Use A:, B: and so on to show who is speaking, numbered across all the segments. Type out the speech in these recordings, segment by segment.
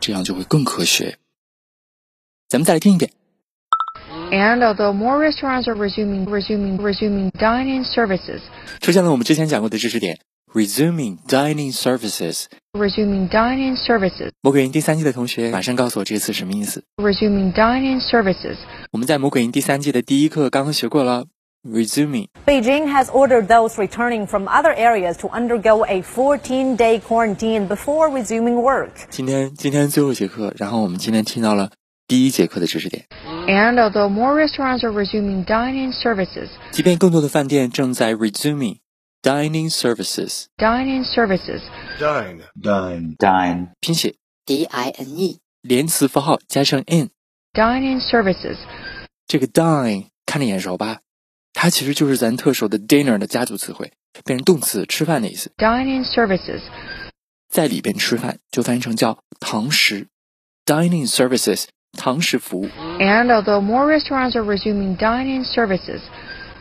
A: 这样就会更科学。咱们再来听一遍。
B: And although more restaurants are resuming, resuming, resuming dining services,
A: 出现了我们之前讲过的知识点，resuming dining services。
B: resuming dining services,
A: 魔鬼营第三季的同学，马上告诉我这个词什么意思。
B: resuming dining services.
A: 我们在魔鬼营第三季的第一课刚刚学过了，resuming。
C: Beijing has ordered those returning from other areas to undergo a 14 day quarantine before resuming work.
A: 今天今天最后一节课，然后我们今天听到了第一节课的知识点。
B: And although more restaurants are resuming dining services,
A: 即便更多的饭店正在 resuming dining services，
B: dining services,
D: Dine.
E: dine, dine,
A: 拼写
F: D I N E
A: 连词符号加上 in，
B: dining services,
A: 这个 dine 看着眼熟吧？它其实就是咱特首的 dinner 的家族词汇，变成动词吃饭的意思。
B: dining services,
A: 在里边吃饭，就翻译成叫堂食 （dining services） 堂食服务。
B: and although more restaurants are resuming dining services,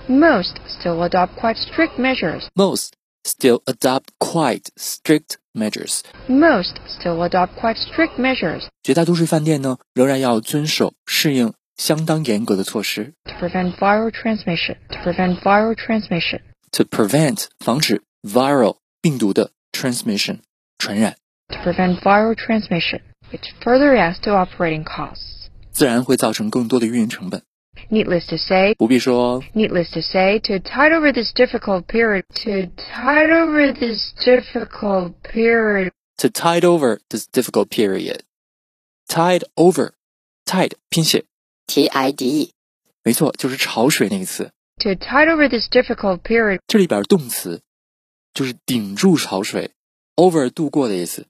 B: most still adopt quite strict measures.
A: Most still adopt quite strict measures。
B: Most still adopt quite strict measures
A: 绝大多数饭店呢，仍然要遵守适应相当严格的措施
B: to prevent viral transmission. To prevent viral transmission.
A: to prevent 防止 viral 病毒的 transmission 传染，
B: to prevent viral transmission, which further adds to operating costs.
A: 自然会造成更多的运营成本。
B: Needless to say,
A: 不必说，
B: needless to say, to tide over this difficult period, to tide over this difficult period,
A: to tide over this difficult period. Tide over, tide 拼写
F: T I D E
A: 没错，就是潮水那个词。
B: to tide over this difficult period,
A: 这里边动词就是顶住潮水，over 度过的意思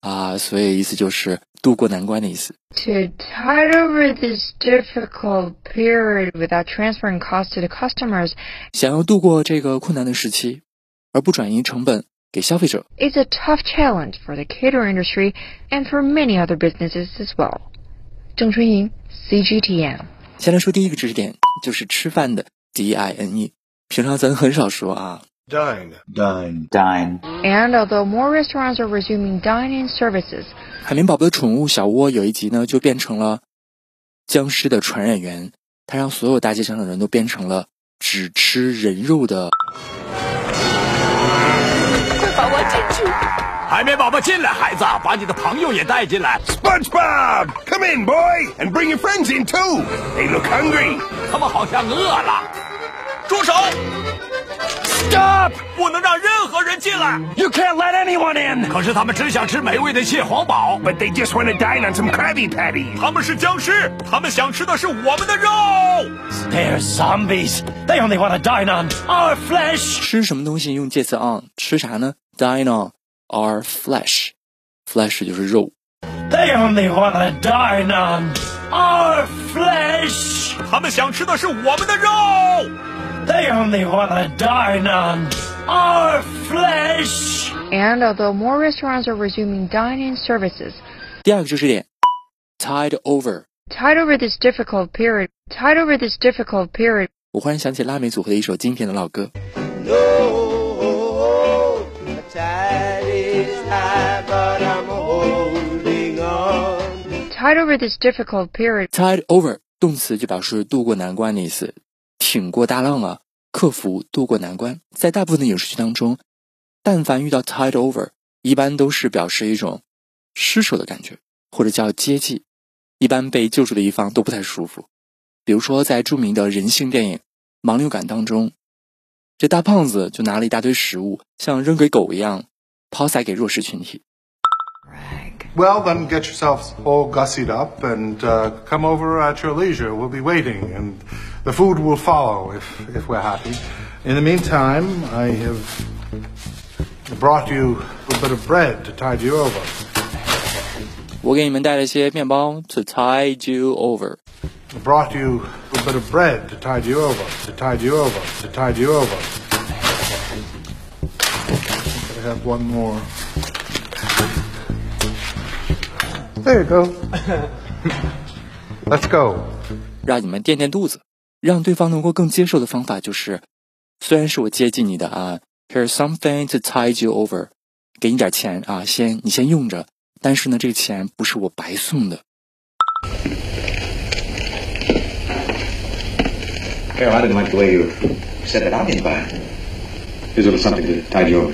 A: 啊，所以意思就是渡过难关的意思。
B: to tide over this difficult period without transferring costs to the customers
A: 想要度过这个困难的时期，而不转移成本给消费者，
B: is a tough challenge for the catering industry and for many other businesses as well. 郑春莹, CGTN.
A: 先来说第一个知识点，就是吃饭的 D I N E，平常咱很少说啊。
D: Dine.
E: dine, dine,
B: And although more restaurants are resuming dining services,
A: 海绵宝宝的宠物小窝有一集呢，就变成了僵尸的传染源，它让所有大街上的人都变成了只吃人肉的。
G: 海绵宝宝进来，孩子，把你的朋友也带进来。
D: SpongeBob! Come in, boy! And bring your friends in, too! They look hungry!
G: 他们好像饿了。住手！Stop！不能让任何人进来。
D: You can't let anyone in!
G: 可是他们只想吃美味的蟹黄堡。
D: But they just want to dine on some Krabby Patties!
G: 他们是僵尸，他们想吃的是我们的肉。
H: They're zombies. They only want to dine on our flesh.
A: 吃什么东西用介词 on，吃啥呢？Dine on our flesh，flesh 就是肉。
H: They only want to dine on our flesh.
G: 他们想吃的是我们的肉。
H: They only want to dine on our flesh.
B: and although more restaurants are resuming dining services,
A: 第二个知识点，tide over。
B: tide over this difficult period, tide over this difficult period,
A: 我忽然想起拉美组合的一首经典的老歌，
B: tide over this difficult period,
A: tide over 动词就表示渡过难关的意思，挺过大浪啊，克服渡过难关。在大部分的影视剧当中，但凡遇到 tide over，一般都是表示一种失手的感觉，或者叫接济，一般被救助的一方都不太舒服。比如说，在著名的人性电影《盲流感》当中，这大胖子就拿了一大堆食物，像扔给狗一样抛洒给弱势群体。
D: Well, then get yourselves all gussied up and uh, come over at your leisure. We'll be waiting, and the food will follow if, if we're happy. In the meantime, I have brought you a bit of bread to tide you over.
A: 我我给你们带了些面包，to tide you over。
D: I brought you a little bit of bread to tide you over, to tide you over, to tide you over. I have one more. There you go. Let's go.
A: 让你们垫垫肚子，让对方能够更接受的方法就是，虽然是我接近你的啊，here's something to tide you over，给你点钱啊，先你先用着，但是呢，这个钱不是我白送的。
I: Carol, I didn't like the way you said that. I didn't buy it. Here's a little something to tide you over.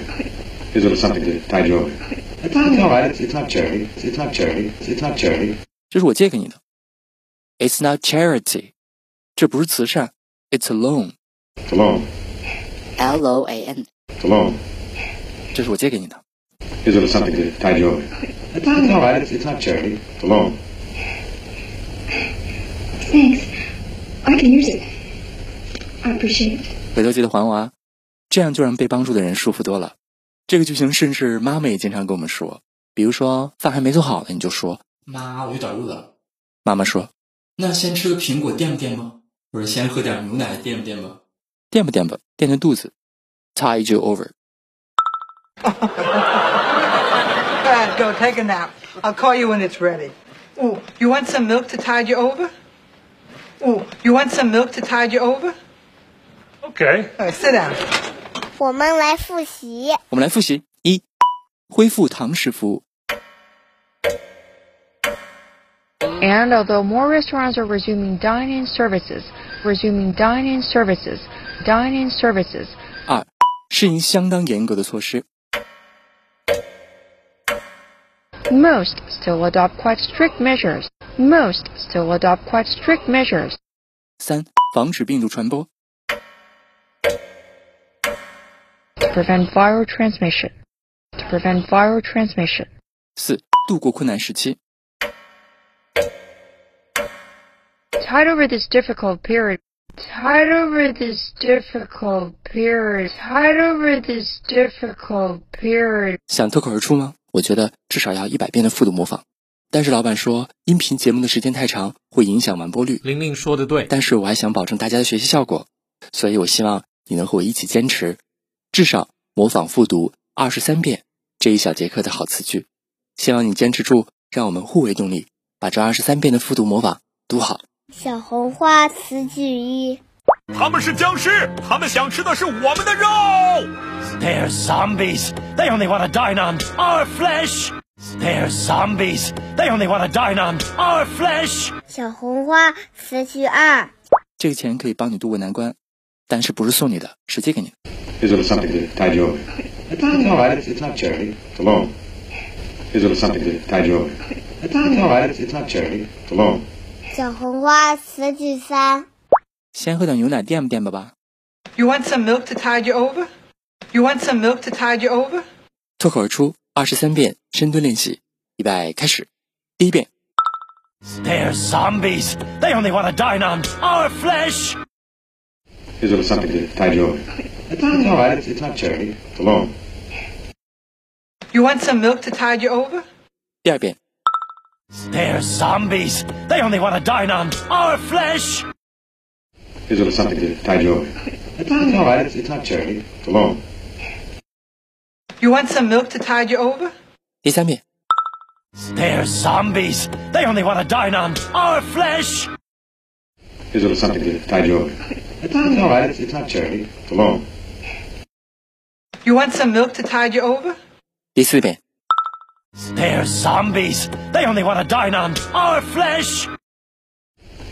I: Here's a little something to tide you over. It's not- it's all right. It's, it's not charity. It's, it's not charity. It's, it's not charity.
A: 这是我借给你的。It's not charity，这不是慈善，it's a loan，
I: It's a loan.
F: L O A N
I: It's a loan.
A: 这是我借给你的。
I: Here's a little something to tide you over. It's, it's all right. It's, it's not charity. It's a loan.
J: Thanks. I can use it. I appreciate it.
A: 回头记得还我啊，这样就让被帮助的人舒服多了。这个剧情甚至妈妈也经常跟我们说，比如说饭还没做好呢，你就说妈，我有点饿了。妈妈说，那先吃个苹果垫吧垫吧，或者先喝点牛奶垫吧垫吧，垫吧垫吧，垫垫肚子。Tide you over，
K: All right, go take a nap. I'll call you when it's ready. Ooh, you want some milk to tide you over? Ooh, you want some milk to tide you over?
H: Okay.
K: All right, sit down.
L: 我们来复习。
A: 我们来复习：一、恢复堂食服务；
B: And although more restaurants are resuming dine-in services, resuming dine-in services, dine-in services,
A: 二、适应相当严格的措施；
B: most still adopt quite strict measures. Most still adopt quite strict measures.
A: 三、防止病毒传播；
B: to prevent viral transmission. To prevent viral transmission.
A: 四、度过困难时期；
B: Tide over this difficult period. Tide over this difficult period. Tide over this difficult period.
A: 想脱口而出吗？我觉得至少要一百遍的复读模仿。但是老板说，音频节目的时间太长，会影响完播率。
M: 玲玲说的对，
A: 但是我还想保证大家的学习效果，所以我希望你能和我一起坚持，至少模仿复读二十三遍这一小节课的好词句。希望你坚持住，让我们互为动力，把这二十三遍的复读模仿读好。
L: 小红花词句一，
G: 他们是僵尸，他们想吃的是我们的肉。
H: They're zombies. They only want to dine on our flesh. They're zombies. They only want to dine on our flesh.
L: 小红花词句二，
A: 这个钱可以帮你渡过难关，但是不是送你的，是借给你的。
I: Here's a little something to tide you over. It's, it's all right. It's, it's not charity. It's a loan. Here's a little something to tide you over. It's, it's all right. It's, it's not charity. It's a loan.
L: 小红花词句三，
A: 先喝点牛奶垫吧垫吧吧。
K: You want some milk to tide you over? You want some milk to tide you over?
A: 脱口而出二十三遍深蹲练习，预备开始。第一遍，
H: They're zombies. They only want to dine on our flesh.
I: Here's a little something to tide you over. It's, it's all right. It's, it's not charity. It's a loan.
K: You want some milk to tide you over?
A: 第二遍，
H: They're zombies. They only want to dine on our flesh.
I: Here's a little something to tide you over. It's, it's all right. It's, it's not charity. It's a loan.
K: You want some milk to tide you over?
A: 第三遍，
H: They're zombies. They only want to dine on our flesh.
I: Here's a little something to tide you over. It's, it's all right. It's, it's not charity. It's a loan.
K: You want some milk to tide you over?
A: 第四遍，
H: They're zombies. They only want to dine on our flesh.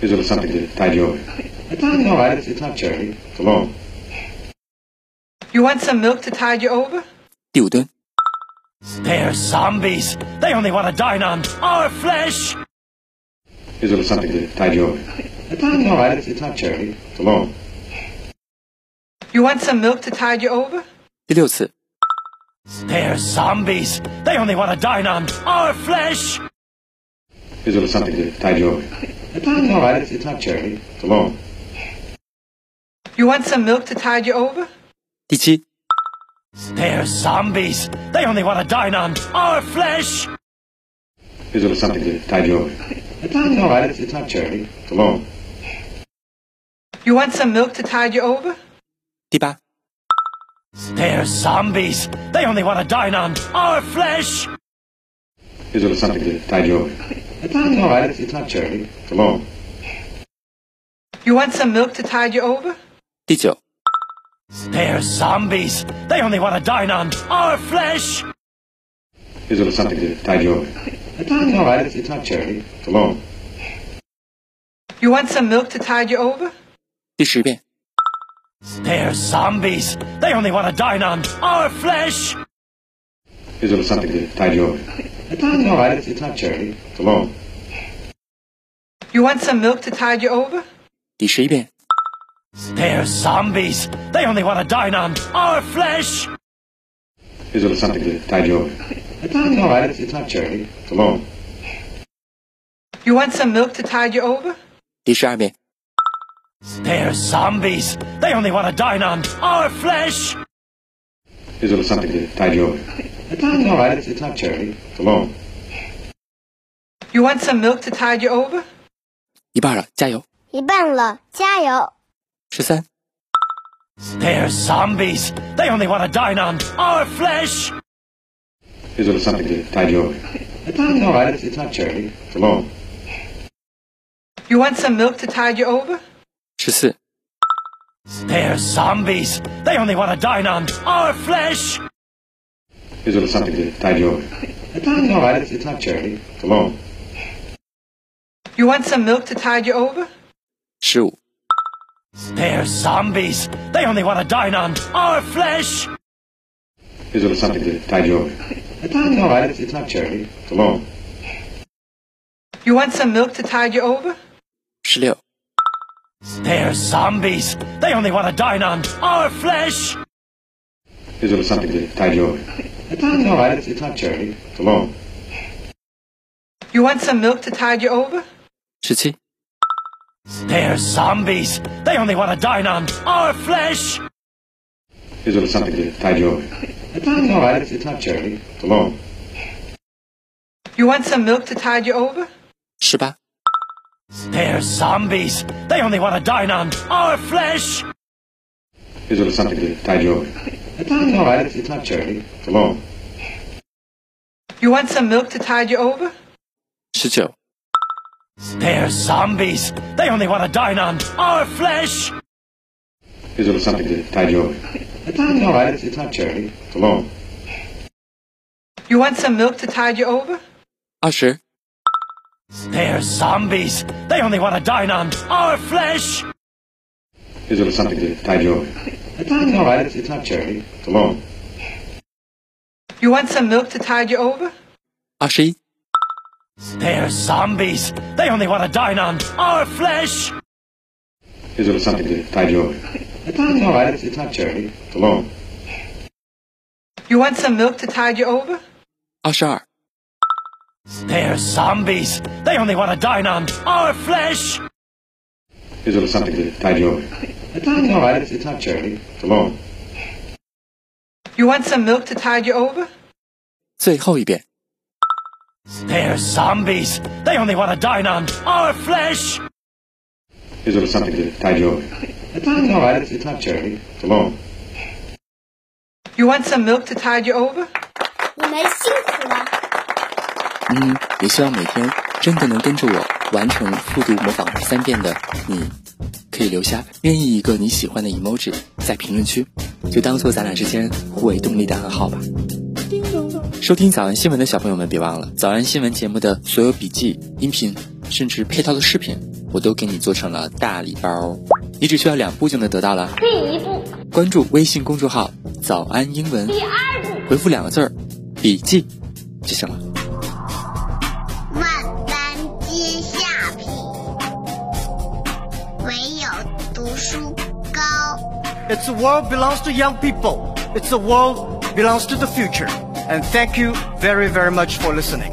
I: Here's a little something to tide you over. It's, it's all right. It's, it's not charity. It's a loan.
K: You want some milk to tide you over?
A: 第五蹲，
H: They're zombies. They only want to dine on our flesh.
I: Here's a little something to tide you over. It's, it's all right. It's, it's not charity. It's a loan.
K: You want some milk to tide you over?
A: 第六次，
H: They're zombies. They only want to dine on our flesh.
I: Here's a little something to tide you over. It's, it's all right. It's, it's not charity. It's a loan.
K: You want some milk to tide you over?
A: 第七，
H: They're zombies. They only want to dine on our flesh.
I: Here's a little something to tide you over. It's not- it's all right. It's, it's not charity. It's a loan.
K: You want some milk to tide you over?
H: They're zombies. They only want to dine on our flesh.
I: Here's a little something to tide you over. It's not- it's all right. It's, it's not charity. It's a loan.
K: You want some milk to tide you over?
A: 第九，
H: They're zombies. They only want to dine on our flesh.
I: Here's a little something to tide you over. It's not- it's all right. It's, it's not charity. It's a loan.
K: You want some milk to tide you over?
A: 第十遍，
H: They're zombies. They only want to dine on our flesh.
I: Here's a little something to tide you over. It's not- it's all right. It's, it's not charity. It's a loan.
K: You want some milk to tide you over?
A: 第十一遍，
H: They're zombies. They only want to dine on our flesh.
I: Here's a little something to tide you over. It's not- it's all right. It's, it's not charity. It's a loan.
K: You want some milk to tide you over?
A: 第十二遍，
H: They're zombies. They only want to dine on our flesh.
I: Here's a little something to tide you over. It's not- it's all right. It's, it's not charity. It's a loan.
K: You want some milk to tide you over?
A: 一半了，加油！
L: 一半了，加油！
A: 十三、
H: They're zombies. They only want to dine on our flesh.
I: Here's a little something to tide you over. It's not- it's all right. It's, it's not charity. It's a loan.
K: You want some milk to tide you over?
A: 十四、
H: They're zombies. They only want to dine on our flesh.
I: Here's a little something to tide you over. It's not- it's all right. It's, it's not charity. It's a loan.
K: You want some milk to tide you over?
A: 十五、
H: They're zombies. They only want to dine on our flesh.
I: Here's a little something to tide you over. It's not- it's all right. It's, it's not charity. It's a loan.
K: You want some milk to tide you over?
A: 十六、
H: They're zombies. They only want to dine on our flesh.
I: Here's a little something to tide you over. It's not- it's all right. It's, it's not charity. It's a loan.
K: You want some milk to tide you over?
A: 十七、
H: They're zombies. They only want to dine on our flesh.
I: Here's a little something to tide you over. It's not- it's all right. It's, it's not charity. It's a loan.
K: You want some milk to tide you over?
A: 十八、
H: They're zombies. They only want to dine on our flesh.
I: Here's a little something to tide you over. It's not- it's all right. It's, it's not charity. It's a loan.
K: You want some milk to tide you over?
A: 十九、
H: They're zombies. They only want to dine on our flesh.
I: Here's a little something to tide you over. It's not- it's all right. It's, it's not charity. It's a loan.
K: You want some milk to tide you over?
A: 二十、
H: They're zombies. They only want to dine on our flesh.
I: Here's a little something to tide you over. It's not- it's all right. It's, it's not charity. It's a loan.
K: You want some milk to tide you over?
A: 二十一、
H: They're zombies. They only want to dine on our flesh.
I: Here's a little something to tide you over. It's not- it's all right. It's, it's not charity. It's a loan.
K: You want some milk to tide you over?
A: 二十二、
H: They're zombies. They only want to dine on our flesh.
I: Here's a little something to tide you over. It's not- it's all right. It's, it's not charity. It's a loan.
K: You want some milk to tide you over?
A: 最后一遍。
H: They're zombies. They only want to dine on our flesh.
I: Here's a little something to tide you over. It's not- it's all right. It's, it's not charity. It's a loan.
K: You want some milk to tide you over?
L: 你们辛苦了。
A: 嗯，也希望每天真的能跟着我完成复读模仿三遍的你，可以留下任意一个你喜欢的 emoji 在评论区，就当做咱俩之间互为动力的暗号吧。收听早安新闻的小朋友们，别忘了早安新闻节目的所有笔记、音频，甚至配套的视频，我都给你做成了大礼包，你只需要两步就能得到了。
L: 第一步，
A: 关注微信公众号“早安英文
L: 第二步，”，
A: 回复两个字儿“笔记”就行了。
L: 万般皆下品，唯有读书高。
M: It's the world belongs to young people. It's the world belongs to the future. And thank you very, very much for listening.